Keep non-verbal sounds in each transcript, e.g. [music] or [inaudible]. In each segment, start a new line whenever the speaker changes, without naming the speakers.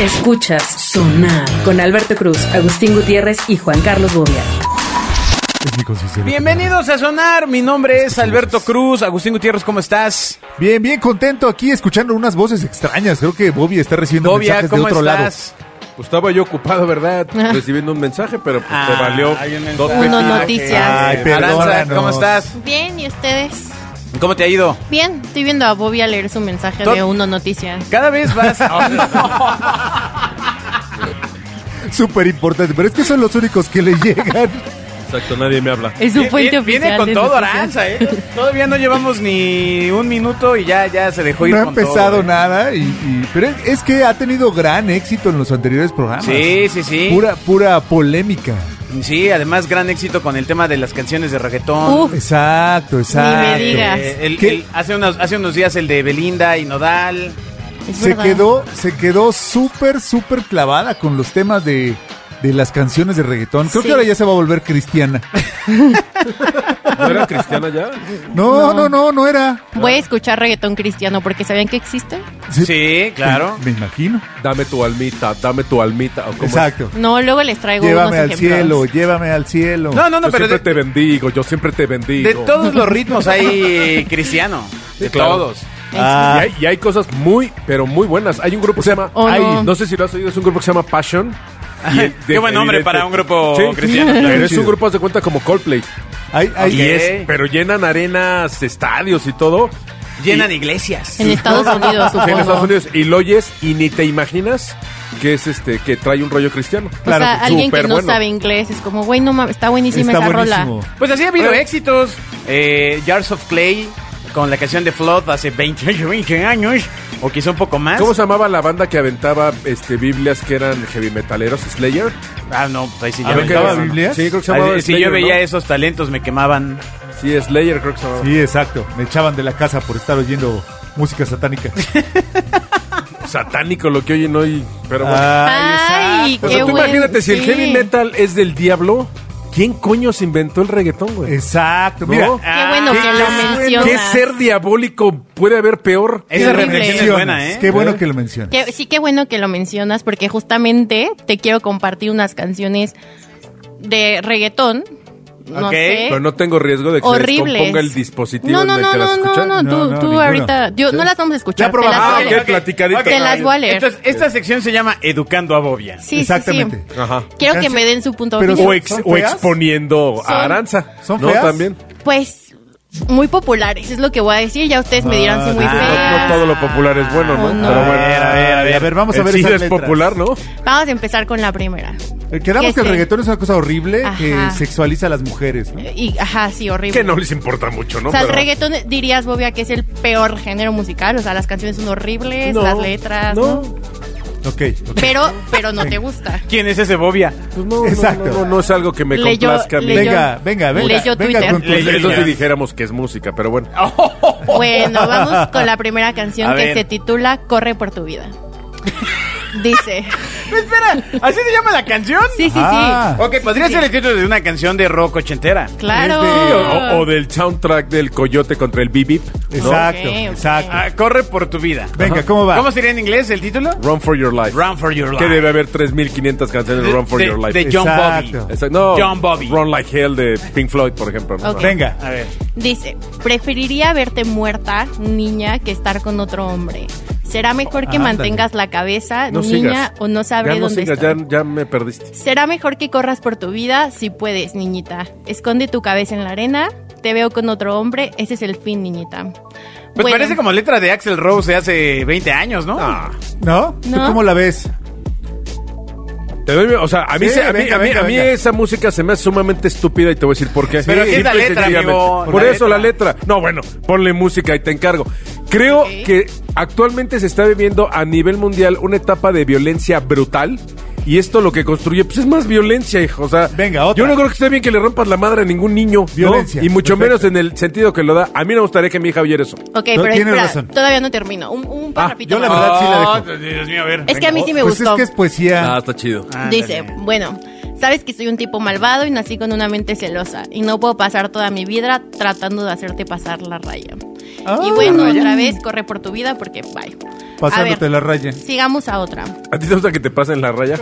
Escuchas Sonar con Alberto Cruz, Agustín Gutiérrez y Juan Carlos Bobia.
Es mi consistencia.
Bienvenidos a Sonar, mi nombre es Alberto Cruz. Agustín Gutiérrez, ¿cómo estás?
Bien, bien contento aquí escuchando unas voces extrañas. Creo que Bobby está recibiendo
Bobia,
mensajes de
¿cómo
otro
estás?
Pues estaba yo ocupado, ¿verdad? Recibiendo un mensaje, pero pues
Ah,
te valió
hay un mensaje.
dos
Uno,
pepinos.
noticias.
Ay,
Ay,
Perdónanos.
Eh, Aranza, ¿cómo estás?
Bien, ¿y ustedes?
¿Cómo te ha ido?
Bien, estoy viendo a Bobby a leer su mensaje
Tot-
de Uno Noticias.
Cada
[laughs]
vez vas.
lado. Súper importante, pero es que son los únicos que le [laughs] llegan.
Ah, Exacto, nadie me habla.
Es su
Viene-
fuente oficial.
Viene con
de
todo,
noticias.
Aranza, ¿eh? Todavía no llevamos ni un minuto y ya, ya se dejó ir.
No ha
con todo,
empezado
¿eh?
nada, y, y- pero es- es que ha tenido gran éxito en los anteriores programas.
Sí, sí, sí.
Pura, pura polémica.
Sí, además, gran éxito con el tema de las canciones de reggaetón.
Uf,
Exacto, exacto.
digas.
Eh, el-
¿Qué?
el- hace, unos, hace unos días el de Belinda y Nodal.
¿eh?
es
se
verdad.
quedó, se quedó súper, súper clavada con los temas de, de las canciones de reggaetón. Creo
Sí.
que ahora ya se va a volver cristiana.
¿No era cristiana ya?
No, no, no,
No.
no, era.
Voy a escuchar reggaetón cristiano porque sabían que existe.
Sí, claro.
[laughs] Me, me imagino.
Dame tu almita, dame tu almita. ¿o cómo es?
Exacto.
No, luego les traigo
Llévame al
unos ejemplos.
cielo, llévame al cielo.
No, no, no,
yo
pero
siempre
de-
te bendigo, yo siempre te bendigo.
De todos los ritmos hay
[laughs]
cristiano.
Sí,
De
claro.
todos.
Ah,
Y, hay, y hay cosas muy, pero muy buenas. Hay un grupo que se llama...
Oh,
ay,
no.
no. sé si lo has oído, es un grupo que se llama Passion. Y el-
Qué buen nombre para un grupo cristiano, claro.
Pero es
Chido.
un grupo, haz de cuenta, como Coldplay.
hay, hay-
Y es,
Ok.
pero llenan arenas, estadios y todo.
Llenan iglesias.
En Estados
[laughs]
Unidos,
Sí, en
supongo.
Estados Unidos y lo oyes y ni te imaginas que es este que trae un rollo cristiano.
O sea, alguien que
Súper
no
bueno.
sabe inglés es como, güey, no mames, está buenísima
está
esa
buenísimo.
rola.
Pues así ha habido
Bueno.
éxitos. Eh, Jars of Clay con la canción de Flood hace [laughs] 20, 20 años, o quizá un poco más.
¿Cómo se llamaba la banda que aventaba este biblias que eran heavy metaleros? Slayer.
Ah, no, pues ahí sí ya
ver,
me
Creo que-
¿Aventaba
quedo.
Biblias?
Sí, creo que se
Ah,
llamaba
Si
Slayer,
yo veía
¿no?
esos talentos me quemaban.
Sí, Slayer creo que se llamaba.
Sí, exacto. Me echaban de la casa por estar oyendo música
[laughs]
satánica.
Satánico lo que oyen hoy, pero bueno.
Ay,
exacto.
o sea,
qué
tú
bueno,
imagínate si el
sí.
heavy metal es del diablo, ¿quién coño se inventó el reggaetón, güey?
Exacto.
¿No?
Mira,
Qué bueno
Ah,
que lo mencionas. ¿Eh?
¿Qué ser diabólico puede haber peor?
Esa
horrible.
reflexión es buena, ¿eh?
Qué bueno que lo mencionas.
Qué- sí, qué bueno que lo mencionas, porque justamente te quiero compartir unas canciones de reggaetón. No
Ok.
sé.
Pero no tengo riesgo de que
horribles.
se ponga el dispositivo
no,
en
no,
el
no,
que
no,
las escuchan.
No, no, tú,
No, no,
tú
ninguna.
ahorita. Yo,
Sí.
No las vamos a escuchar.
Ya probamos.
te las
Ah,
voy a
ok,
leer.
platicadito.
Te las voy a leer.
Entonces, esta sección se llama Educando a Bobia.
Sí, sí, sí.
Exactamente.
Ajá.
Quiero que me den su punto de
Pero
O,
vista.
ex-
¿Son
o
feas?
exponiendo
Son-
a Aranza.
¿Son
¿No?
feas?
También.
Pues muy populares, es lo que voy a decir. Ya ustedes me dirán si muy
Ah,
No-
feas.
no todo lo popular es bueno, ¿no?
Oh, no.
Pero
A
bueno.
ver, a ver, a ver, a ver, vamos a
El
ver
sí
esas
es
letras.
popular, ¿no?
Vamos a empezar con la primera.
Eh, Quedamos
¿Qué
que el
sé?
reggaetón es una cosa horrible que
Ajá.
sexualiza a las mujeres, ¿no?
Y, ajá, sí, horrible.
Que no les importa mucho, ¿no?
O sea, el
Pero-
reggaetón dirías, Bobia, que es el peor género musical. O sea, las canciones son horribles,
No,
las letras.
no.
No.
Ok. ok.
Pero, pero no te gusta.
¿Quién es ese Bobia?
Pues no,
Exacto.
No, no, no, no es algo que me
Leyó-
complazca. a mí. Pues
leyó-
Venga, venga, venga.
Leyó
venga
Twitter.
con tus-
Leyó-
Eso
leyó-
si dijéramos que es música, pero bueno.
Oh. Bueno, vamos con
[laughs]
la primera
A
canción que
ver.
se titula Corre por tu vida. Dice.
[laughs]
Espera, ¿así se llama la canción?
Sí, sí, sí.
Ah.
Ok, podría ser el título de una canción de rock ochentera.
Claro.
Es
O, o del soundtrack del Coyote contra el Bibip.
Exacto,
Ok, ok.
exacto.
Ah, corre por tu vida.
Venga, ¿cómo va?
¿Cómo sería en inglés el título?
Run for Your Life.
Run for your life.
Que debe haber 3.500 canciones de
De-
Run for
de-
Your Life.
de John
Exacto.
Bobby.
Exacto. No,
John Bobby.
Run Like Hell de Pink Floyd, por ejemplo. ¿no?
Ok.
Venga.
A ver. Pues
Dice, preferiría verte muerta, niña, que estar con otro hombre. Será mejor que
Ándale.
mantengas la cabeza,
No
niña,
sigas.
o no sabré
ya no
dónde
sigas,
estoy.
ya, ya me perdiste.
Será mejor que corras por tu vida si puedes, niñita. Esconde tu cabeza en la arena. Te veo con otro hombre. Ese es el fin, niñita.
Pues
Bueno,
parece como letra de Axel Rose de hace 20 años, ¿no?
Ah.
¿No? ¿Tú
No.
cómo la ves?
Te doy mi- o sea, a mí,
Sí,
se- a mí,
venga,
a mí-
venga,
a mí
venga.
esa música se me hace sumamente estúpida y te voy a decir por qué.
Pero
Sí,
¿qué es la
simple y
letra,
sencillamente.
amigo? La
Por eso
letra.
la letra. No, bueno, ponle música y te encargo. Creo
Ok.
que actualmente se está viviendo a nivel mundial una etapa de violencia brutal. Y esto lo que construye, pues es más violencia, hijo. O sea,
Venga, otra.
yo no creo que esté bien que le rompas la madre a ningún niño. ¿no?
Violencia.
Y mucho
Perfecto.
menos en el sentido que lo da. A mí no me gustaría que mi hija oyera eso.
Ok,
No,
pero
tienes
espera,
razón. Ah,
todavía no termino. Un, un
yo
parrafito
la
más.
verdad sí la
Oh,
dejo.
Dios mío, a ver.
Es que a mí sí me
Pues es
gustó.
que es poesía.
está chido.
Ándale.
Dice, bueno, sabes que soy un tipo malvado y nací con una mente celosa y no puedo pasar toda mi vida tratando de hacerte pasar la raya.
Ah,
y bueno,
¿la raya?
otra vez corre por tu vida porque bye.
Pasándote
A ver.
la raya.
Sigamos a otra.
¿A ti te gusta que te pasen la raya?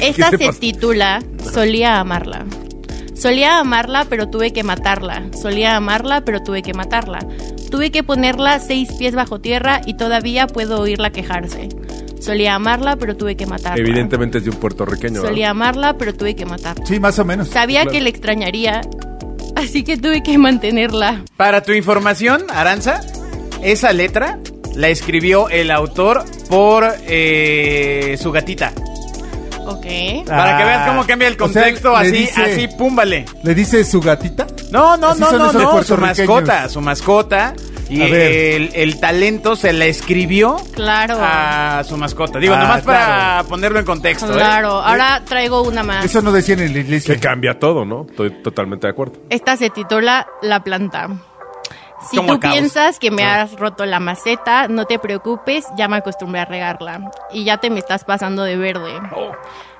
Esta
te
se
pasa?
titula Solía amarla. Solía amarla, pero tuve que matarla. Solía amarla, pero tuve que matarla. Tuve que ponerla seis pies bajo tierra y todavía puedo oírla quejarse. Solía amarla, pero tuve que matarla.
Evidentemente es de un puertorriqueño. ¿verdad?
Solía amarla, pero tuve que matarla.
Sí, más o menos.
Sabía
Claro.
que le extrañaría, así que tuve que mantenerla.
Para tu información, Aranza, esa letra la escribió el autor por eh, su gatita.
Ok.
Para que
Ah.
veas cómo cambia el
O sea,
contexto,
le
así,
dice-
así, púmbale.
¿Le dice su gatita?
No, no,
Así
no,
son
no,
esos
no, su
puertorriqueños.
mascota, su mascota. Y
A ver.
el, el talento se la escribió
Claro.
a su mascota. Digo,
Ah,
nomás
claro.
para ponerlo en contexto. ¿eh?
Claro. Ahora traigo una más.
Eso no decían en la iglesia.
Que cambia todo, ¿no? Estoy totalmente de acuerdo.
Esta se titula La planta. Si
Como
tú
el caos.
piensas que me has roto la maceta, no te preocupes, ya me acostumbré a regarla. Y ya te me estás pasando de verde.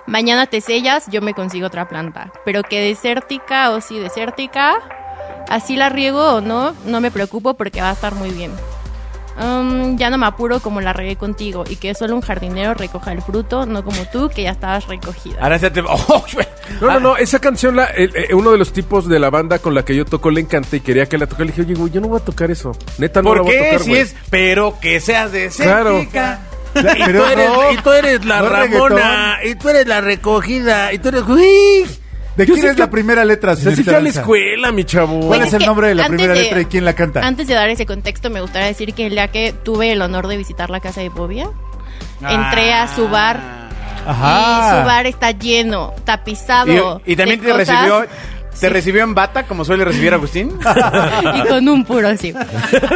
Mañana te sellas, yo me consigo otra planta. Pero que desértica o si desértica, así la riego o no, no me preocupo porque va a estar muy bien. Mm, ya no me apuro como la regué contigo y que solo un jardinero recoja el fruto, no como tú que ya estabas recogida.
Aranza te... [laughs] Oh,
No,
Ah.
no, no, esa canción, la- el- eh, uno de los tipos de la banda con la que yo toco le encanta y quería que la tocara. Le dije, oye, güey, yo no voy a tocar eso. Neta, no la
Ah, ¿Por
voy a
qué?
tocar,
Si
güey".
es, pero que seas de
Claro.
escéptica.
Ya,
Y tú, eres, y tú eres la
no es
Ramona, y tú eres la recogida, y tú eres... ¡Uy!
reggaetón. ¿De
Yo
quién
sé
es
que-
la primera letra?
O sea,
señorita
sí fui a la
Aranza?
escuela, mi chavo.
¿Cuál
Pues
es el
que
nombre de la
antes
primera letra y quién la canta?
Antes de dar ese contexto, me gustaría decir que el día que tuve el honor de visitar la casa de Bobia, entré a su bar
Ah.
y su bar está lleno, tapizado.
Y, y también
de
te
cosas,
recibió... ¿Te recibió en bata, como suele recibir
[laughs]
Agustín?
[laughs] Y con un puro, sí.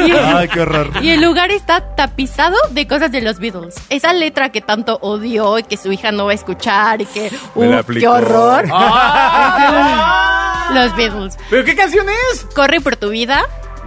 Y el,
[laughs]
[laughs]
Ay, qué horror.
y el lugar está tapizado de cosas de los Beatles. Esa letra que tanto odió y que su hija no va a escuchar y que.
Me
¡uh,
la
¡Qué
aplicó.
horror!
¡Ah!
Los Beatles.
¿Pero qué canción es?
Corre por tu vida,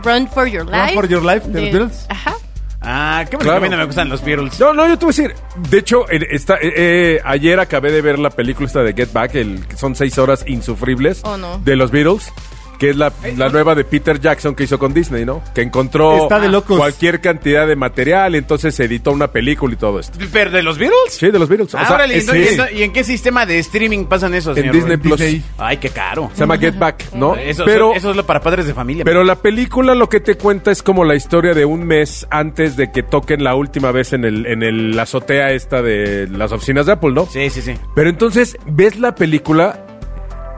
Run for Your Life.
Run for Your Life, de los Beatles.
Ajá.
Ah, qué bueno
Claro.
que a mí no me gustan los Beatles.
No, no, yo te voy a decir. De hecho, eh, está, eh, eh, ayer acabé de ver la película esta de Get Back, el, que son seis horas insufribles
Oh, no.
de los Beatles, que es la, la nueva de Peter Jackson que hizo con Disney, ¿no? Que encontró
Está de locos.
cualquier cantidad de material, entonces se editó una película y todo esto.
¿Pero de los Beatles?
Sí, de los Beatles. O sea,
Ahora,
es-
¿y,
sí.
en- Ah, y en qué sistema de streaming pasan esos?
En
señor
Disney
Rubén?
Plus.
Ay, qué caro.
Se llama Get Back, ¿no?
Eso,
pero,
eso, es lo para padres de familia.
pero la película lo que te cuenta es como la historia de un mes antes de que toquen la última vez en el, en el la azotea esta de las oficinas de Apple, ¿no?
sí, sí, sí.
Pero entonces ves la película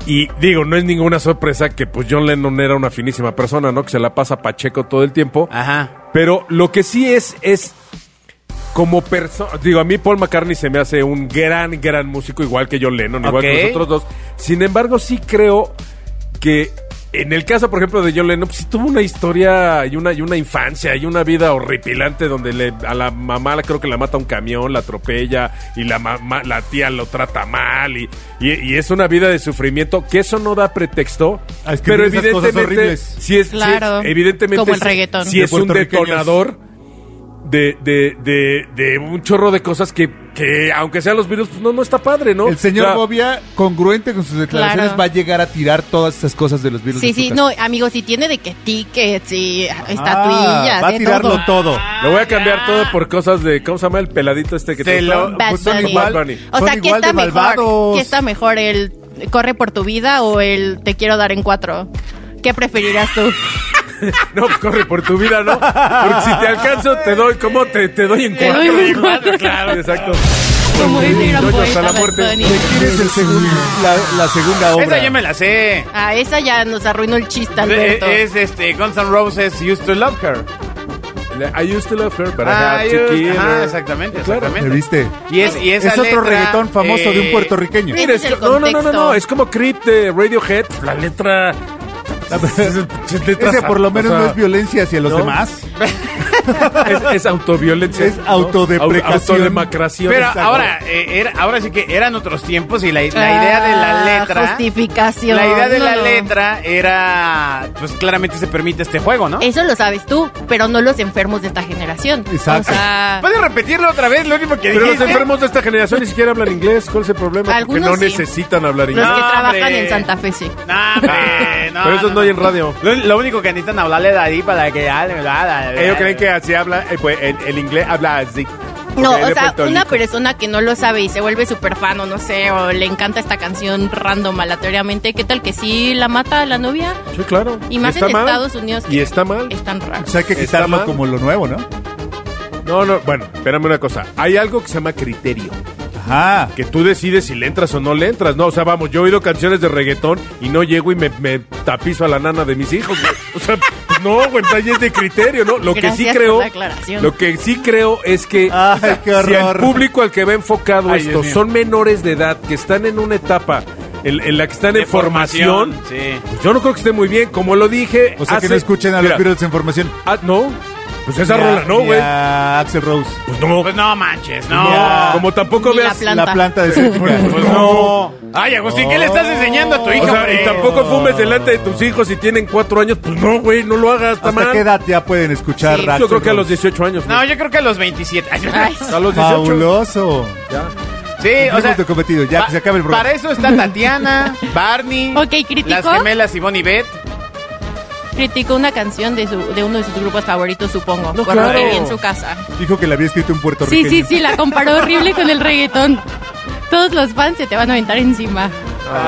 y digo, no es ninguna sorpresa que pues John Lennon era una finísima persona, ¿no? Que se la pasa Pacheco todo el
Ah,
tiempo.
Ajá.
Pero lo que sí es, es como persona. Digo, a mí Paul McCartney se me hace un gran, gran músico, igual que John Lennon, igual
Ok.
que nosotros dos. Sin embargo, sí creo que. En el caso, por ejemplo, de John Lennon, pues, sí tuvo una historia y una, y una infancia y una vida horripilante donde le, a la mamá la- creo que la mata un camión, la atropella y la, mamá, la tía lo trata mal y, y- y es una vida de sufrimiento que eso no da pretexto.
A escribir
Pero
esas cosas
evidentemente,
horribles.
si es, sí es-
Claro,
evidentemente,
como el
sí-
reggaetón.
sí
De
es un
puertorriqueños.
detonador de, de, de, de un chorro de cosas que, que aunque sean los virus, pues no, no está padre, ¿no?
El señor
O sea,
Bobia, congruente con sus declaraciones,
Claro.
va a llegar a tirar todas esas cosas de los virus.
Sí,
de su
sí,
casa.
no, amigo, si tiene de que tickets y
Ah,
estatuillas,
va a
de
tirarlo todo.
Lo
Ah,
voy a cambiar todo por cosas de. ¿Cómo se llama el peladito este que
Te
te
lo-
gusta?
Bad
Pues son
Bunny.
igual-
Bad Bunny.
O sea,
son
¿qué
igual
está
de
mejor?
malvados.
¿Qué está mejor, el corre por tu vida o el te quiero dar en cuatro? ¿Qué preferirás tú?
No, pues, corre por tu vida, ¿no? Porque si te alcanzo, te doy. ¿Cómo te, te doy en
Te
cuatro?
doy en
Sí,
cuatro.
Claro, exacto.
Como dice Gran
Ñoño
Poeta
hasta la
Bad
muerte.
Bunny.
¿De quién es el segundo- la, la segunda obra?
Esa yo me la sé. Pues,
Ah, esa ya nos arruinó el chiste, Alberto.
Es, es, este Guns N' Roses Used to Love Her.
I used to love her, but I
Ah,
had to
you-
kill
ajá,
her.
exactamente,
Claro.
exactamente.
¿Me viste?
Y es, y esa
Es otro
letra,
reggaetón famoso de un
eh,
puertorriqueño.
Ese
Mira,
es
es
el
que- no, no, no, no,
contexto.
no, es como Creep de Radiohead. La letra. Ah,
Ese
[laughs]
por lo menos
o sea,
no es violencia hacia los
¿no?
demás.
Es, es autoviolencia.
Es autodeprecación.
Autodemacración.
Pero
Exacto.
ahora, eh, era- ahora sí que eran otros tiempos y la, la
Ah,
idea de la letra.
Justificación.
La idea de
No,
la
no.
letra era. Pues claramente se permite este juego, ¿no?
Eso lo sabes tú, pero no los enfermos de esta generación.
Exacto.
O sea,
¿Puedes repetirlo otra vez? Lo único que
Pero los
dijiste.
enfermos de esta generación ni siquiera hablan inglés. ¿Cuál es el problema? Porque
Algunos
no
sí.
necesitan hablar
los
inglés.
que
No,
trabajan
hombre.
en Santa Fe, sí.
No, hombre, no,
Ah, Pero esos no hay en radio.
Lo, lo único que necesitan hablarle de ahí para que ya le- la- la-
Ellos creen que así habla, eh, pues el, el inglés habla así.
No,
Porque
o
de
sea,
Puerto
una
Rico.
persona que no lo sabe y se vuelve súper fan o no sé, o le encanta esta canción random aleatoriamente, ¿qué tal que sí la mata a la novia?
Sí, claro.
Y más
Está
en
mal.
Estados Unidos.
Y está mal.
Es tan raro.
O sea, Pues hay que
Está
quitarlo
mal.
como lo nuevo, ¿no?
No, no, bueno, espérame una cosa. Hay algo que se llama criterio.
Ajá.
Que tú decides si le entras o no le entras, ¿no? O sea, vamos, yo he oído canciones de reggaetón y no llego y me, me tapizo a la nana de mis hijos. güey. O sea, pues no, güey, entonces ya es de criterio, ¿no? Lo que sí
Gracias por
creo.
la aclaración.
Lo que sí creo es que
Ay, qué
si el
horror.
público al que va enfocado
Ay,
esto
Dios mío.
son menores de edad que están en una etapa en, en la que están en formación.
Sí.
pues yo no creo que esté muy bien, como lo dije.
O sea, que
hace-
no escuchen a
Ah, Mira,
los Beatles en formación.
ah, no. Pues esa
Ni a-
rola no,
ni
güey.
a Axel Rose.
Pues no.
Pues no manches,
No,
no.
Ya.
como tampoco
Ni la
veas.
planta.
La planta de cítrica.
Pues no. Ay, Agustín, ¿qué le estás enseñando a tu hija?
O sea,
hombre?
y tampoco fumes delante de tus hijos si tienen cuatro años. Pues no, güey, no lo hagas, está
¿Hasta
mal.
qué edad ya pueden escuchar
Sí,
Axl
Yo creo que a los
Rose?
18 años.
No,
güey.
yo creo que a los 27. Ay,
Ay,
a los 18.
Fabuloso.
Ya.
[laughs] sí, o
Cumplimos
sea.
tu cometido, ya,
pa-
que se acabe el programa.
Para eso está Tatiana, Barney,
Ok, ¿criticó?
las gemelas Ivonne y Beth.
criticó una canción de, su, de uno de sus grupos favoritos, supongo.
No,
por lo que
claro.
vi en su casa.
Dijo que le había escrito un
Sí,
puertorriqueño.
sí, sí, la comparó horrible con el reggaetón. Todos los fans se te van a aventar encima.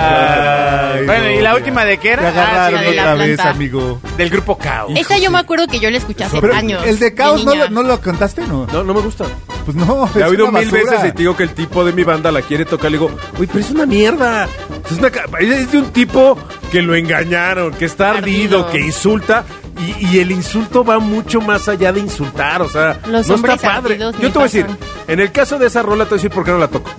Ay,
Bueno, ¿y
no,
la
ya.
última de qué era?
Te agarraron
Ah, sí, de
otra
la
vez,
planta.
amigo.
Del grupo Caos.
Esa yo me acuerdo que yo la escuché hace
Pero,
años.
el de caos no
niña.
lo, no lo contaste, ¿no?
No, no me gusta.
Pues no.
La he
es
oído
una
mil
basura.
veces y te digo que el tipo de mi banda la quiere tocar. Le digo, uy, pero es una mierda. Es, una ca- es de un tipo que lo engañaron, que está ardido,
Ardido.
que insulta. Y, y el insulto va mucho más allá de insultar. O sea,
Los
no está
hombres
padre. Yo
ardidos
te
ni
voy a decir,
pasan.
en el caso de esa rola, te voy a decir por qué no la toco.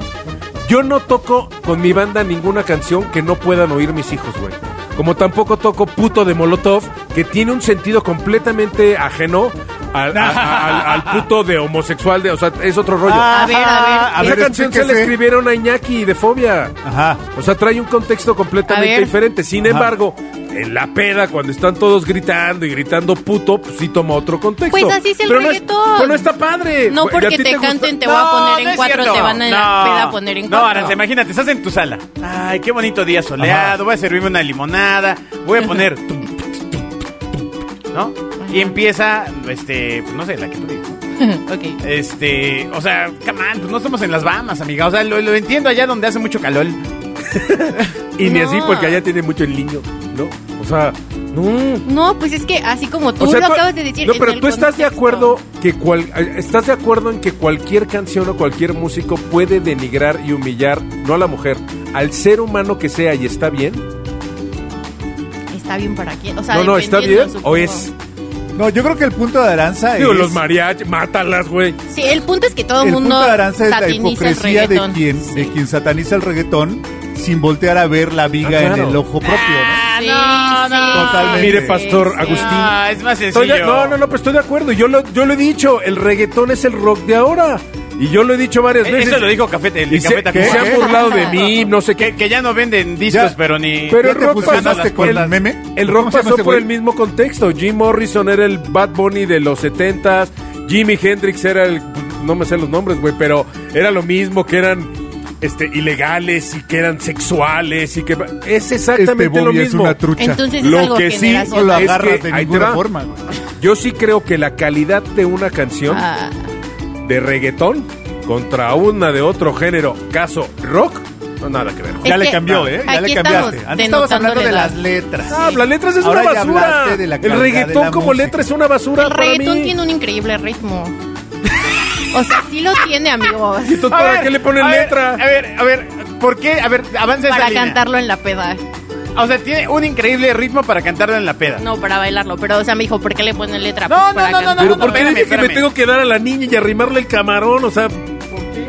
Yo no toco con mi banda ninguna canción que no puedan oír mis hijos, güey. Como tampoco toco Puto de Molotov, que tiene un sentido completamente ajeno al, al- al- al puto de homosexual. De, o sea, es otro rollo.
A ver, a
Ah,
ver.
Esa canción se le
explíquese.
escribieron a Iñaki de Fobia.
Ajá.
O sea, trae un contexto
A
completamente
ver.
diferente. Sin
Ajá.
embargo, en la peda, cuando están todos gritando y gritando puto, pues sí toma otro contexto.
Pues así es el
Pero no
reggaetón.
pero no está padre.
No
Güey, ¿a
porque
ti
te
gusta?
canten, te voy a poner en
es
cuatro,
cierto.
te van a la peda a poner en
No,
cuatro.
Aranza, imagínate, estás en tu sala. Ay, qué bonito día soleado. Voy a servirme una limonada. Voy a poner. tum, tum, tum, tum, ¿No? Y empieza, este, pues no sé, la que tú digas.
ok.
Este, o sea, come on, pues no estamos en las Bahamas, amiga. O sea, lo, lo entiendo allá donde hace mucho calor.
Y ni así,
No.
porque allá tiene mucho el niño, ¿no? O sea, no.
No, pues es que así como tú
O sea,
lo acabas de decir.
No,
en
pero
el
tú estás de
contexto.
acuerdo que cual, eh, estás de acuerdo en que cualquier canción o cualquier músico puede denigrar y humillar no a la mujer, al ser humano que sea y está bien.
Está bien para quién. O sea,
No, no, está bien
dependiendo,
o
supongo.
es
No, yo creo que el punto de Aranza
Digo,
es...
los mariachi, mátalas, güey.
Sí, el punto es que todo el
el
mundo
punto de Aranza es la
satiniza el
hipocresía de
reggaetón.
quien, de quien sataniza el reggaetón sin voltear a ver la viga
Ah, claro.
en el ojo propio, ¿no?
Sí,
Ah, no,
sí,
no.
Totalmente.
Mire, Pastor
sí.
Agustín.
Ah, es más sencillo.
Estoy de- no, no, no, pues estoy de acuerdo. Yo lo, yo lo he dicho, el reggaetón es el rock de ahora. Y yo lo he dicho varias
E-
veces.
Eso lo dijo Café, el de
y se,
Café
que
Tacuba.
se han burlado de
[laughs]
mí, no sé qué.
Que, que ya no venden discos,
Ya.
pero ni.
Pero
¿Ya
el
te
rock
fusionaste
pasó-
con
el-
el meme?
El
¿Cómo
rock
se llama
pasó
ese
por
güey?
el mismo contexto. Jim Morrison era el Bad Bunny de los 70s. Jimi Hendrix era el. No me sé los nombres, güey, pero era lo mismo que eran. Este, ilegales y que eran sexuales y que es exactamente
Este
lo
Bobby es
mismo.
una trucha.
Entonces
Lo
es algo
que
no
sí,
lo
generacional.
es
agarras
que
de
ahí te
ninguna
va.
forma. güey.
Yo sí creo que la calidad de una canción
Ah,
de reggaetón contra una de otro género, caso rock, no nada que ver.
Es
Ya le
que
cambió, ¿eh? Ya
aquí
le cambiaste.
estamos
Antes estabas hablando de
denotando la
las letras.
Ah, las letras es
Ahora
una
ya
basura.
hablaste de la
el
calidad de
reggaetón
la
como
música.
letra es una basura
el
para
reggaetón
mí.
tiene un increíble ritmo. O sea, sí lo tiene, amigos.
Entonces,
A
¿para
ver,
qué le ponen
a ver, eh,
letra?
a ver, a ver, ¿por qué? A ver, avanza esa
Para
línea.
cantarlo en la peda.
O sea, tiene un increíble ritmo para cantarlo en la peda.
No, para bailarlo. Pero, o sea, me dijo, ¿por qué le ponen letra? pues,
No, no,
para
no, no,
cantar.
Pero
no,
¿por qué
espérame,
dije que me
espérame.
tengo que dar a la niña y arrimarle el camarón? O sea,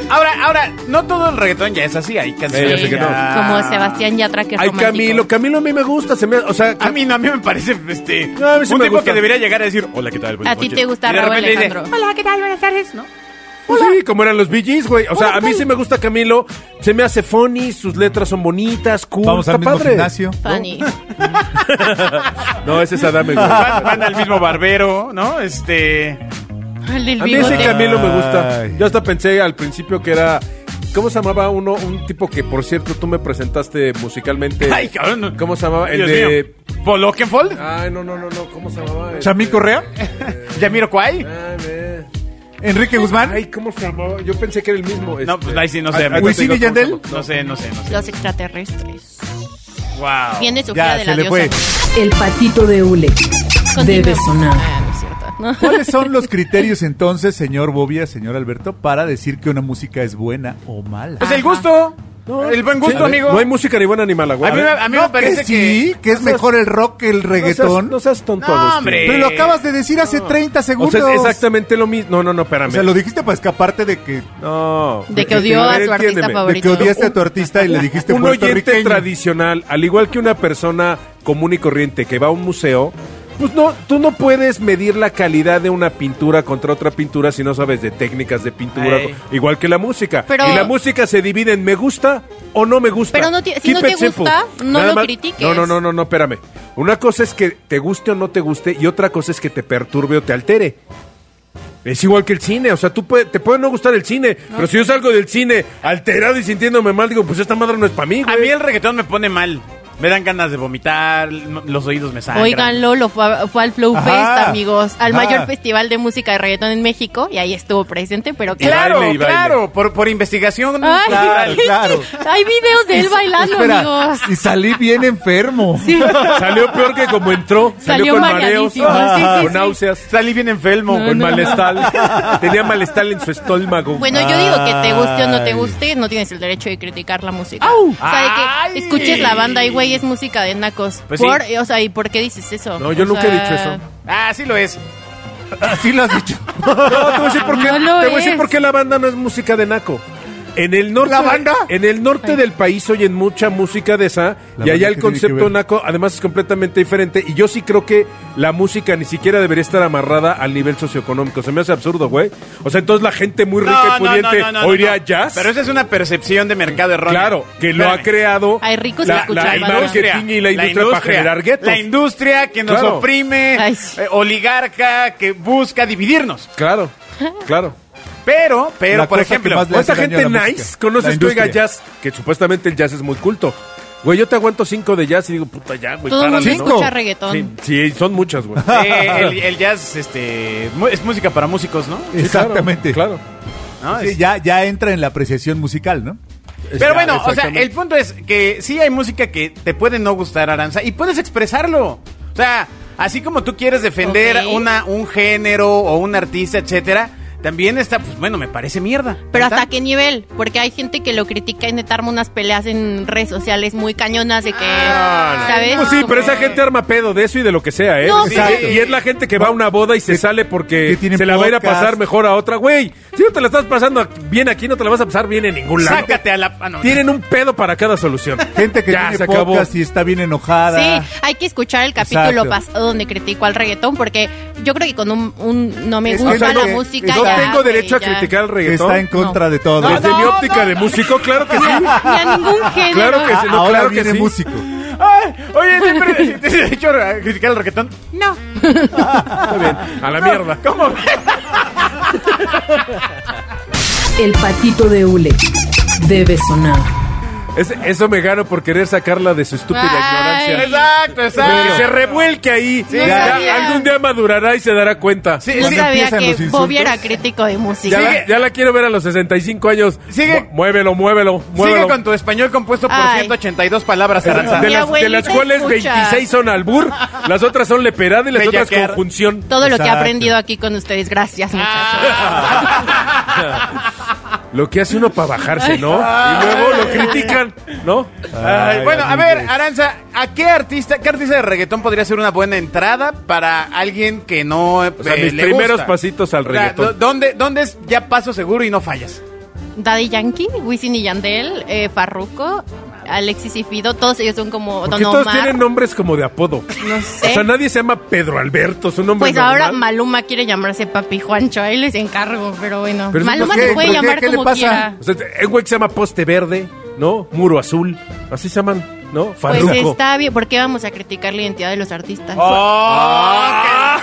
Ahora, ahora, no todo el reggaetón ya es así, hay
Sí,
canciones.
ya sé que no.
ya-
Como Sebastián Yatra, que es
ay,
romántico.
Camilo, Camilo a mí me gusta, se me, o sea,
A mí no, a mí me parece este
No, a mí sí
un
me
tipo
gusta.
que debería llegar a decir, "Hola, ¿qué tal?
A
Buenas
ti
noches".
te gusta
Y de
Raúl
repente dice,
Alejandro.
Pues sí, como eran los Bee Gees, güey. O sea, a mí sí me gusta Camilo, se me hace funny, sus letras son bonitas, cool,
Vamos
está
al mismo
padre.
gimnasio.
[laughs]
Fanny.
No, ese es Adame, güey.
van, van al mismo barbero, ¿no? Este.
El del
A mí ese
bigote.
Camilo me gusta.
Ay.
Yo hasta pensé al principio que era ¿Cómo se llamaba uno, un tipo que, por cierto, tú me presentaste musicalmente?
Ay, cabrón. no.
¿Cómo se llamaba? El
Dios
de...
mío. ¿Paul Oakenfold?
Ay, no, no, no, no, ¿cómo se llamaba? Este,
¿Chamín Correa?
[laughs] ¿Yamiro Kwai?
Ay, ve.
¿Enrique Guzmán?
Ay, ¿cómo se llamaba? Yo pensé que era el mismo. este.
No, pues ahí sí, no sé.
Ay, ahí te
¿Wisin
digo
y
cómo se
Yandel?
llama.
No sé, no sé, no sé.
Los extraterrestres.
Wow.
Viene su gira
Ya,
de
se
la
le fue.
diosa.
El patito de hule debe
Continuemos.
sonar.
Ah, no es cierto, [laughs] ¿no?
¿Cuáles son los criterios entonces, señor Bobia, señor Alberto, para decir que una música es buena o mala?
Pues el gusto. el buen gusto,
Sí, a ver,
amigo.
No hay música ni buena ni mala, güey.
A mí, me-
ver,
a mí
No,
me parece
que sí, que, es
no seas-
mejor el rock que el
no seas-
reggaetón.
No seas tonto,
No,
Agustín.
hombre.
Pero lo acabas de decir hace 30
O
segundos.
sea, es exactamente lo mismo. No, no, no,
O
espérame.
sea, lo dijiste para escaparte de que,
No.
De que odió
ver,
a su artista
de
entiéndeme.
que
favorito.
odiaste a tu artista y le dijiste
un oyente
puertorriqueño.
tradicional, al igual que una persona común y corriente que va a un museo, pues no, tú no puedes medir la calidad de una pintura contra otra pintura si no sabes de técnicas de pintura,
Ey.
igual que la música.
Pero-
y la música se divide en me gusta o no me gusta.
Pero no ti- si
Keep
no te
it simple.
gusta, no
Nada
lo
más-
critiques.
No, no, no, no, no, espérame. Una cosa es que te guste o no te guste y otra cosa es que te perturbe o te altere. Es igual que el cine, o sea, tú puede- te puede no gustar el cine, pero si yo salgo del cine alterado y sintiéndome mal, digo, pues esta madre no es para mí, güey.
A mí el reggaetón me pone mal. Me dan ganas de vomitar, no- los oídos me sangran.
Oigan, Lolo fue, a- fue al Flow
Ajá.
Fest, amigos, al
Ajá.
mayor festival de música de reggaetón en México, y ahí estuvo presente, pero que...
Claro,
baile Mm, y baile.
claro, por, por investigación.
Ay, [laughs]
Claro, claro.
Hay videos de él bailando,
Espera,
amigos.
Y salí bien enfermo.
Sí.
Salió peor que como entró, salió,
Salió
con mareos, ah,
mareadísimo, sí, sí,
con
sí.
náuseas,
Salí bien enfermo.
con malestar. Tenía malestar en su estómago.
Bueno, yo digo que te guste o no te
Ay.
guste, no tienes el derecho de criticar la música. O sea, de
Ay.
que escuches la banda y, güey, es música de nacos.
Pues
Por-
sí.
O sea, ¿y por qué dices eso?
No, yo
O
nunca he
sea,
dicho eso.
Ah, sí lo es.
Así lo has dicho.
No, te voy a decir por qué,
No lo
te voy a decir
es.
por qué la banda no es música de naco. En el norte,
¿La banda?
en el norte del país oyen mucha música de esa
La
y
banda
allá el
que tiene que
concepto
ver.
naco además es completamente diferente y yo sí creo que la música ni siquiera debería estar amarrada al nivel socioeconómico. Se me hace absurdo, güey. O sea, entonces la gente muy rica y pudiente oiría jazz.
Pero esa es una percepción de mercado errónea.
Claro, que lo ha
Espérame.
creado
Ay, ricos y
la,
escuchan
la- el
banda.
marketing y la industria, para generar guetos.
La industria que nos
Claro.
oprime,
Ay, sí.
eh, oligarca que busca dividirnos.
Claro, claro.
Pero, pero,
La
por
cosa que
ejemplo,
más le hace
¿Cuánta
daño
gente
a la
nice
música?
conoces
La
que oiga
industria.
jazz? Que supuestamente el jazz es muy culto. Güey, yo te aguanto cinco de jazz y digo, puta ya, güey,
Todo el mundo
párale, Pues ¿no?
escucha reggaetón.
Sí, sí, son
[laughs]
muchas, güey.
eh, el, el jazz este, mu- es música para músicos, ¿no?
Sí, claro,
Exactamente.
Claro.
¿No?
Ah, Sí,
Es-
ya, ya entra en la apreciación musical, ¿no?
Pero bueno, o sea,
Exactamente.
el punto es que sí hay música que te puede no gustar, Aranza, y puedes expresarlo. O sea, así como tú quieres defender
Ok.
una, un género o un artista, etcétera, también está, pues bueno, me parece mierda.
Pero
¿Está?
hasta qué nivel, porque hay gente que lo critica y neta arma unas peleas en redes sociales muy cañonas de que, ¿sabes?
Pues sí, pero
Como-
esa gente arma pedo de eso y de lo que sea, ¿eh?
No,
Sí,
sí.
Y es la gente que va a una boda y se sale porque
que tienen
se la va a ir a
podcast.
pasar mejor a otra. Güey, si no te la estás pasando bien aquí, no te la vas a pasar bien en ningún lado.
Sácate a la. ah, no.
Tienen un pedo para cada solución.
[laughs] Gente que
ya, se
tiene
acabó.
podcast y está bien enojada.
Sí, hay que escuchar el capítulo
Exacto.
pasado donde critico al reggaetón, porque yo creo que con un, un no me
Es que
gusta
no-
la música.
No
ya,
tengo
güey,
derecho a
ya.
criticar el
que
reggaetón.
está en contra de todo. Este,
Desde mi óptica de músico, claro que sí.
Ni a ningún
[laughs]
género.
Claro que sí. no,
Ahora
claro que
viene
sí.
músico.
Ay, oye, siempre te he hecho a criticar el reggaetón. No.
Está bien. A la
[laughs]
mierda.
¿Cómo?
El patito de hule debe sonar.
Es- eso me gano por querer sacarla de su estúpida
Ay.
ignorancia.
Exacto,
Que se
exacto.
revuelque ahí.
No
Ya,
sabía.
algún día madurará y se dará cuenta.
Sí,
No
sí,
sabía
empiezan los
que
insultos.
Bobby era crítico de
Ya,
música.
la, ya la quiero ver a los 65 años.
Sigue.
Mu- Muévelo, muévelo,
Sigue
muévelo.
con tu español compuesto por
Ay.
182 palabras, Aranza.
de,
Mi
las, de
abuelita
las cuales
escucha.
26 son albur, las otras son leperada y las otras
Bellaquear.
conjunción.
Todo lo que he
Exacto.
aprendido aquí con ustedes. Gracias, muchachos.
Lo que hace uno para bajarse, ¿no? Y luego lo critican, ¿no?
Ay, bueno, a
amigues.
ver, Aranza, ¿a qué artista, qué artista de reggaetón podría ser una buena entrada para alguien que no eh,
O sea,
le
mis primeros
gusta?
pasitos al
O sea,
reggaetón.
¿dó- ¿Dónde, ¿Dónde es ya paso seguro y no fallas?
Daddy Yankee, Wisin y Yandel, eh, Farruko, Alexis y Fido, todos ellos son como
Porque
Don
todos
Omar.
tienen nombres como de apodo.
No sé.
O sea, nadie se llama Pedro Alberto, su nombre
Eh. Pues
normal.
ahora Maluma quiere llamarse Papi Juancho, ahí les encargo, pero bueno.
Pero eso
Maluma
por qué,
se puede
¿por qué?
llamar
¿Qué le
como
pasa?
quiera.
O sea, el güey que se llama Poste Verde, ¿no? Muro Azul, así se llaman. ¿No?
Pues
Farruko. [laughs]
está bien, ¿por qué vamos a criticar la identidad de los artistas?
Oh. Ah.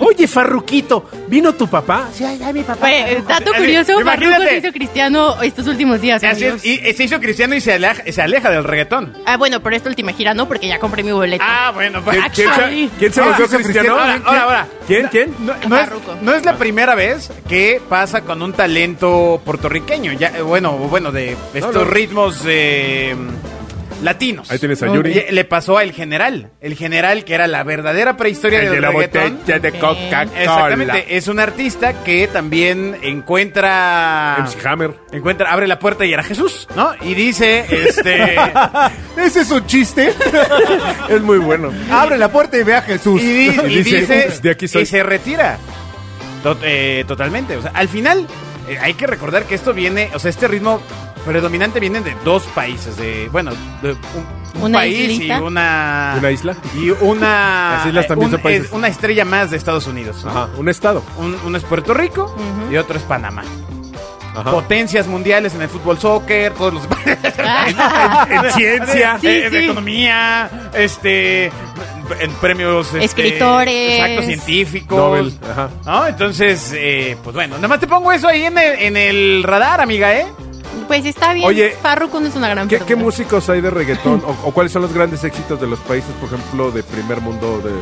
¡Oh!
Oye, Farruquito, ¿vino tu papá? Sí, ahí ahí mi papá.
Oye, eh, dato
Así,
curioso, Farruko
imagínate.
se hizo cristiano estos últimos días.
Se, hace-
amigos.
y, y se hizo cristiano y se aleja, se aleja del reggaetón.
Ah, bueno, pero esta última gira no, porque ya compré mi boleto.
Ah, bueno, pues.
¿Quién,
Actually.
se- quién se
Ahora,
volvió
¿quién-
cristiano?
Ah, ahora,
¿Quién?
ahora, ahora.
¿Quién? ¿Quién?
No, no es,
Farruko.
no es la primera vez que pasa con un talento puertorriqueño. Ya, eh, bueno, bueno, de estos
no.
ritmos eh, latinos.
Ahí tienes a Yuri.
Y- Le pasó al general. El general, que era la verdadera prehistoria
El
del
de la
reggaetón.
botella de
Ok.
Coca-Cola.
Exactamente, es un artista que también encuentra
MC Hammer.
encuentra abre la puerta y era Jesús, ¿no? Y dice,
[laughs]
este
¿Ese es un chiste?
Es muy bueno.
Abre la puerta y ve a
y,
Jesús. [laughs]
[laughs]
di- y
Dice,
dice
"Ups, de aquí soy".
y se retira. To- eh, totalmente, o sea, al final eh, hay que recordar que esto viene, o sea, este ritmo predominante viene de dos países, de bueno, de un, un
Una
país
islita.
y una
¿Una isla?
y una eh,
Las islas también
un-
son países.
es una estrella más de Estados Unidos. ¿no?
Ajá. Un estado.
Un- uno es Puerto Rico
Ujú.
y otro es Panamá.
Ajá.
potencias mundiales en el fútbol soccer, todos los
Ah.
[laughs] en ciencia,
Sí,
en,
sí.
economía, este en premios este,
Escritores.
exacto científicos.
Nobel. Ajá.
¿No? Entonces, eh, pues bueno, nada más te pongo eso ahí en el, en el radar, amiga, ¿eh? [laughs]
Pues está bien.
Oye,
Farruko no es una gran
¿Qué,
persona.
qué músicos hay de reggaetón? O, o cuáles son los grandes éxitos de los países, por ejemplo, de primer mundo de,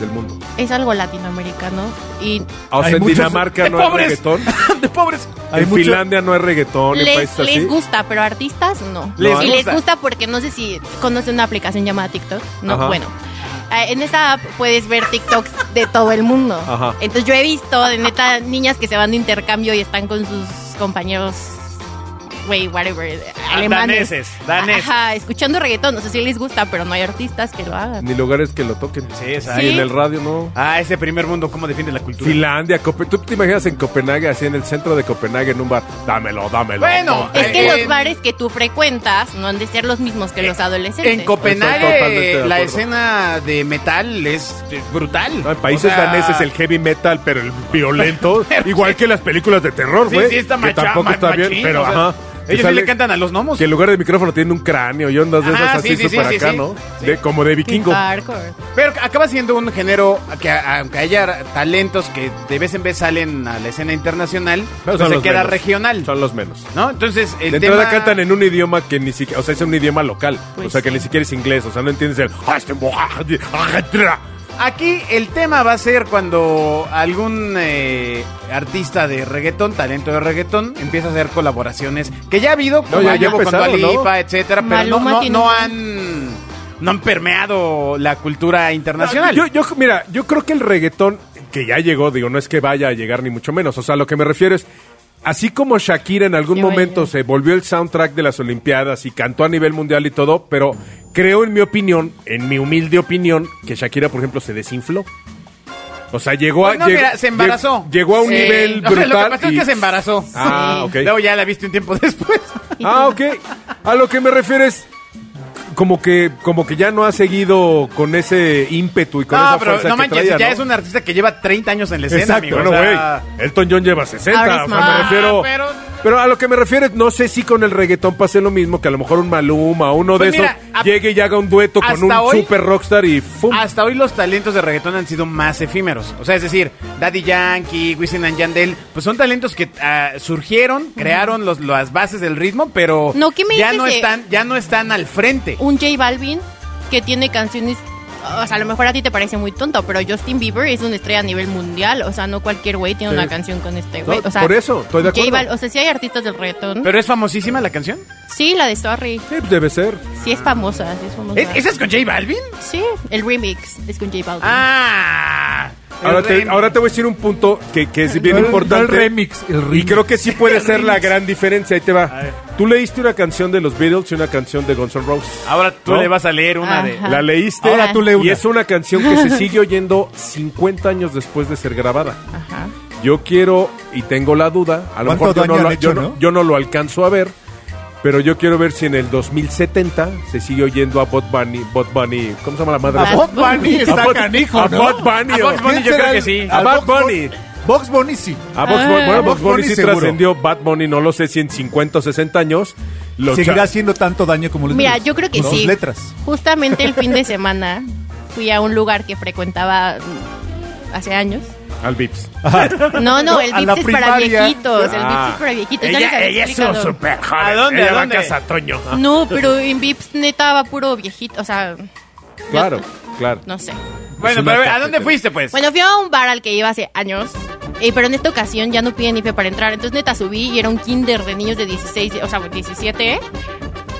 del mundo?
Es algo latinoamericano. Y
O sea,
Hay
en
muchos-
Dinamarca
de
no hay
pobres.
reggaetón.
De pobres.
Hay
en
mucho-
Finlandia no hay reggaetón. en
les,
países así.
les gusta, pero artistas no.
Les
y
gusta.
les gusta porque no sé si conocen una aplicación llamada TikTok. No,
Ajá.
bueno. Eh, En esta app puedes ver TikToks de todo el mundo.
Ajá.
Entonces yo he visto de neta niñas que se van de intercambio y están con sus compañeros, güey, whatever, alemanes.
Ah, Daneses, daneses.
Ajá, escuchando reggaetón. No sé si les gusta, pero no hay artistas que lo hagan.
Ni lugares que lo toquen.
Sí, es
Y
ahí.
en el radio no.
Ah, ese primer mundo cómo defiende la cultura.
Finlandia, Cope- ¿tú te imaginas en Copenhague, así en el centro de Copenhague, en un bar? Dámelo, dámelo.
Bueno,
dámelo.
Es que
Eh,
los bares que tú frecuentas no han de ser los mismos que los adolescentes.
En Copenhague
Estoy totalmente de
la
acuerdo.
escena de metal es eh, brutal.
No, en países
O sea,
daneses el heavy metal, pero el
[laughs]
violento, igual que las películas de terror,
Sí,
güey.
sí, está
que
macha-
tampoco
ma-
está bien,
machín,
pero
o sea,
ajá. que
Ellos sí
sale-
le cantan a los gnomos.
Que en lugar de micrófono tiene un cráneo y ondas de
Ajá,
esas así
sí, sí, sí,
súper
sí,
acá,
sí.
¿no?
Sí.
De, como de
Qué
vikingo.
hardcore.
Pero acaba siendo un género que a- aunque haya talentos que de vez en vez salen a la escena internacional,
Pero
pues
son
se
los
queda
menos.
regional,
Son los menos.
¿no? Entonces, el
de
tema
entrada cantan en un idioma que ni siquiera, o sea, es un idioma local.
Pues
o sea, que
sí.
ni siquiera es inglés. O sea, no entiendes el. este
Aquí el tema va a ser cuando algún eh, artista de reggaetón, talento de reggaetón, empieza a hacer colaboraciones que ya ha habido, como
ya- ya
llevo con
empezaron,
Dua
¿no?
Lipa, etcétera, pero no,
Maluma
no-
tiene
no
un-
han no han permeado la cultura internacional.
Yo, yo, mira, yo creo que el reggaetón, que ya llegó, digo, no es que vaya a llegar ni mucho menos. O sea, lo que me refiero es, así como Shakira en algún
Ya
momento
vaya.
se volvió el soundtrack de las Olimpiadas y cantó a nivel mundial y todo, pero creo en mi opinión, en mi humilde opinión, que Shakira, por ejemplo, se desinfló. O sea, llegó a...
Pues no,
lleg-
mira, se embarazó.
lleg- Llegó a un
Sí. [laughs]
nivel
O sea,
brutal.
lo que pasó es
y-
que se embarazó.
Ah,
Sí.
ok.
Luego ya la viste un tiempo [laughs] después.
Ah, ok. A lo que me refieres, como que, como que ya no ha seguido con ese ímpetu y con
no,
esa
pero
fuerza
no
que
manches,
traía,
ya
¿no?
es un artista que lleva 30 años en la escena,
Exacto,
amigo.
bueno,
o
güey.
sea,
Elton John lleva 60.
Ahora es
o sea,
más.
me refiero.
Ah, pero-
pero... a lo que me refiero, es, no sé si con el reggaetón pase lo mismo, que a lo mejor un Maluma, uno
Pues
de
mira,
esos,
a-
llegue y haga un dueto con
hasta
un
hoy-
super rockstar y ¡fum!
Hasta hoy los talentos de reggaetón han sido más efímeros. O sea, es decir, Daddy Yankee, Wisin and Yandel, pues son talentos que ah, surgieron, crearon los, las bases del ritmo, pero
No, ¿qué me
ya
dices
no
de-
están, ya no están al frente.
un J Balvin que tiene canciones. O sea, a lo mejor a ti te parece muy tonto, pero Justin Bieber es una estrella a nivel mundial. O sea, no cualquier güey tiene
Sí.
una canción con este
No,
güey. O sea,
por eso, estoy de
J
acuerdo.
Bal- o sea, sí hay artistas del reggaetón.
Pero es famosísima la canción.
sí, la de Sorry.
Sí, pues, debe ser.
Sí es famosa, sí es famosa.
¿Es- ¿Esa es con J Balvin?
Sí, el remix es con J Balvin.
Ah.
Ahora
el
te,
rem-
ahora te voy a decir un punto que, que es bien
No el-
importante.
no el remix, el
y
remix.
creo que sí puede ser la gran diferencia. Ahí te
A
va.
ver.
Tú leíste una canción de los Beatles y una canción de Guns N' Roses.
Ahora tú
¿No?
le vas a leer una de.
Ajá.
La leíste.
Ahora tú
lee
Y
una.
es una canción que se
[laughs]
sigue oyendo 50 años después de ser grabada.
Ajá.
Yo quiero, y tengo la duda, a lo
¿Cuánto
mejor yo no
daño
lo,
han hecho,
yo no-
no?
yo no lo alcanzo a ver, pero yo quiero ver si en el 2070 se sigue oyendo a Bot Bunny, Bot Bunny ¿cómo se llama la madre?
A Bad Bunny
a Bot- a
¿no?
Bad Bunny,
A
o-
Bad Bunny yo
¿Quién será
creo que
el-
sí.
A
al
Bad
Bugs Bun-
Bunny.
Bugs Bunny sí.
A Box Bunny, bueno,
Bugs
Bugs Bunny
Bunny
sí
seguro.
trascendió, Bad Bunny no lo sé si en 50 o 60 años, Lo
seguirá
cha-
haciendo tanto daño como los
Mira,
virus,
yo creo que
¿no?
sí.
Sus letras.
Justamente el fin de semana fui a un lugar que frecuentaba mm, hace años.
Al Vips.
No, no,
No,
el
a la
Vips es para
primaria.
viejitos. El
Ah.
Vips es para viejitos. ya les había explicado.
joven.
¿A dónde,
Ella
a
va
dónde? Ah.
casa Toño.
No, pero en Vips neta va puro viejito. O sea, yo-
Claro, claro.
no sé.
Bueno,
una
pero a ver, ¿a
táctica.
dónde fuiste, pues?
Bueno, fui a un bar al que iba hace años, eh, pero en esta ocasión ya no piden IFE para entrar. Entonces, neta, subí y era un kinder de niños de 16, o sea, 17.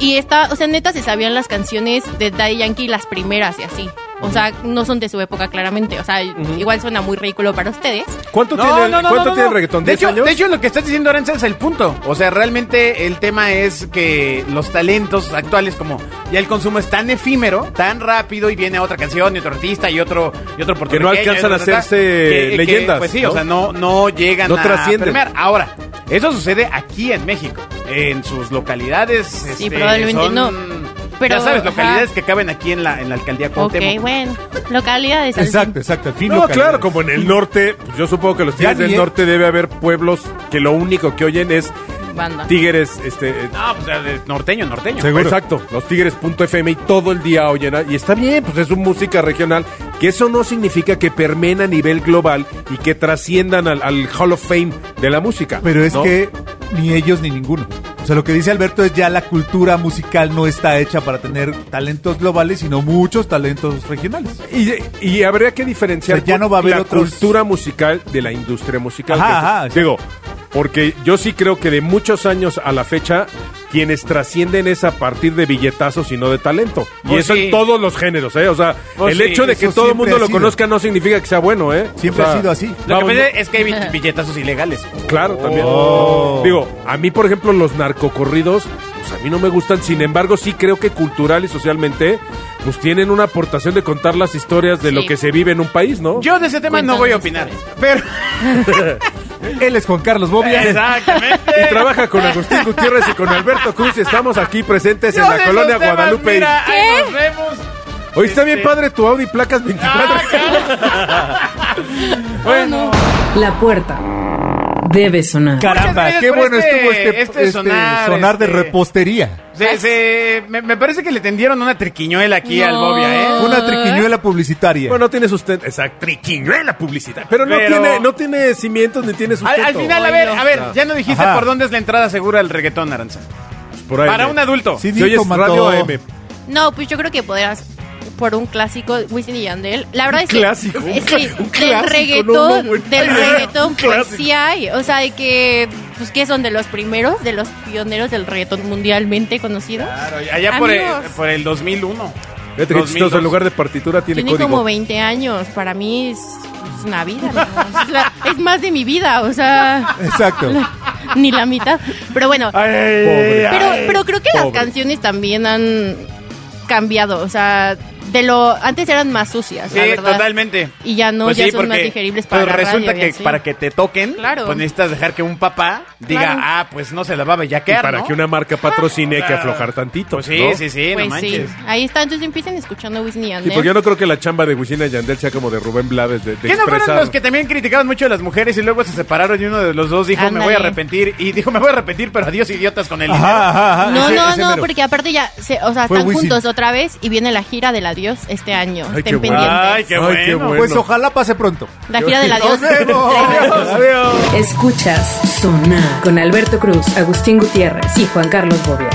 Y esta, o sea, neta, se sabían las canciones de Daddy Yankee, las primeras y así. O sea, no son de su época, claramente. O sea, igual suena muy ridículo para ustedes.
¿Cuánto tiene, el- ¿cuánto tiene el reggaetón?
De
¿Diez
hecho,
años?
de hecho, lo que estás diciendo, Aranza, es el punto. O sea, realmente el tema es que los talentos actuales, como ya el consumo es tan efímero, tan rápido, y viene otra canción, y otro artista, y otro, y otro
Que no
puertorriqueño,
alcanzan
y
a
otro, ta, ta,
hacerse leyendas,
pues sí,
¿no?
o sea, no, no llegan
No
a
trascienden.
permear. Ahora, eso sucede aquí en México, en sus localidades. este,
probablemente
son-
no. Pero,
ya sabes,
ajá.
localidades que caben aquí en la, en la alcaldía
Ok,
Cuauhtémoc.
bueno. Localidades. al
Exacto, exacto. al fin
No,
localidad.
claro, como en el norte, pues yo supongo que los
Ya
tigres del
ni-
norte debe haber pueblos que lo único que oyen es
fin, Banda.
tigres, este... eh,
No, pues eh, norteño, norteño.
Seguro.
Exacto, los tigres.fm y todo el día oyen, a- y está bien, pues es una música regional, que eso no significa que permeen a nivel global y que trasciendan al, al Hall of Fame de la música.
Pero es
¿no?
que ni ellos ni ninguno. O sea, lo que dice Alberto es ya la cultura musical no está hecha para tener talentos globales, sino muchos talentos regionales.
Y, y habría que diferenciar
O sea, ya no va a haber
la
otros-
cultura musical de la industria musical.
Ajá,
Que-
ajá, exacto.
Digo, porque yo sí creo que de muchos años a la fecha, quienes trascienden es a partir de billetazos y no de talento. Y
Pues
eso
sí.
en todos los géneros, ¿eh? O sea,
Pues
el
sí,
hecho de
eso
que todo el
siempre
mundo
ha
lo
sido.
conozca no significa que sea bueno, ¿eh?
Siempre
O sea,
ha sido así.
Lo que
vamos,
pasa es que hay bi- billetazos ilegales.
Claro, también.
Oh.
Digo, a mí, por ejemplo, los narcocorridos, pues a mí no me gustan. Sin embargo, sí creo que cultural y socialmente, pues tienen una aportación de contar las historias de
Sí.
lo que se vive en un país, ¿no?
Yo de ese tema no
Cuéntanos
voy a opinar.
[laughs]
Pero.
Él es Juan Carlos Bobia.
Y
Exactamente.
trabaja con Agustín Gutiérrez y con Alberto Cruz y estamos aquí presentes
Yo
en
de
la
esos
colonia
temas,
Guadalupe.
Mira, ahí nos vemos.
Hoy está
Este-
bien padre tu Audi placas 24.
Ah, Bueno,
La puerta debe sonar.
Caramba,
gracias
qué
por
bueno
este-
estuvo este,
este
este
sonar,
sonar, de
este-
repostería.
se- se- me, me parece que le tendieron una triquiñuela aquí al
No.
Bobia, ¿eh?
Una triquiñuela publicitaria.
bueno, no tiene sustento. Exacto, triquiñuela publicidad. Pero, no,
Pero-
tiene, no tiene cimientos ni tiene
Al,
sustento.
al final, a ver, a ver, ya no dijiste
Ajá.
por dónde es la entrada segura al reggaetón, Aranza.
Por ahí,
Para
eh.
un adulto.
Sí,
Si oyes
Dijo,
Radio
mató.
AM.
No, pues yo creo que podrías por un clásico Wisin y Yandel. La verdad es que
clásico, un
es
cla-
que
un
del
clásico, no,
reggaetón,
no, güey.
del reggaetón
Un
pues
clásico.
sí hay, o sea, de que pues que son de los primeros, de los pioneros del reggaetón mundialmente conocidos.
Ah,
Claro, allá por el,
Amigos.
por el 2001.
Fíjate qué chistoso,
2002.
en lugar de partitura tiene,
Tiene
código.
como 20 años, para mí es, es una vida, ¿no? es, la- es más de mi vida, o sea, [laughs]
Exacto.
ni la mitad. Pero bueno,
Pobre.
Pero, pero creo que
pobre.
las canciones también han cambiado, o sea, de lo antes eran más sucias,
Sí,
la verdad.
totalmente.
Y ya no,
Pues
ya
sí,
son más
porque-
digeribles para
pero
la
resulta
radio y
que
así.
para que te toquen,
Claro.
pues necesitas dejar que un papá diga,
Claro.
ah, pues no se la va a
Y
bellaquear,
para
¿no?
que una marca patrocine hay que
Claro.
aflojar tantito.
Pues sí,
¿no?
sí, sí, no
Pues sí,
manches.
ahí está, entonces empiecen escuchando Wisin y
Sí,
Yandel.
porque yo no creo que la chamba de Wisin y Yandel sea como de Rubén Blades de, de
¿Qué no fueron
expresar.
los que también criticaban mucho a las mujeres y luego se separaron y uno de los dos dijo, me
Ándale.
voy a arrepentir? Y dijo, me voy a arrepentir, pero adiós idiotas con el
Ajá,
dinero.
ajá, ajá.
no,
Ese-
no,
ese
no,
mero.
porque aparte ya, se- o sea,
Fue
están
Wisin.
juntos otra vez y viene la gira del adiós este año.
Ay, qué
Estén
bueno.
pendientes.
Ay, qué bueno. Pues,
Ay, qué bueno.
Pues ojalá pase pronto.
La gira del adiós.
Nos
[laughs]
[laughs]
vemos.
Adiós.
Escuchas Sonar con Alberto Cruz, Agustín Gutiérrez y Juan Carlos Bobia.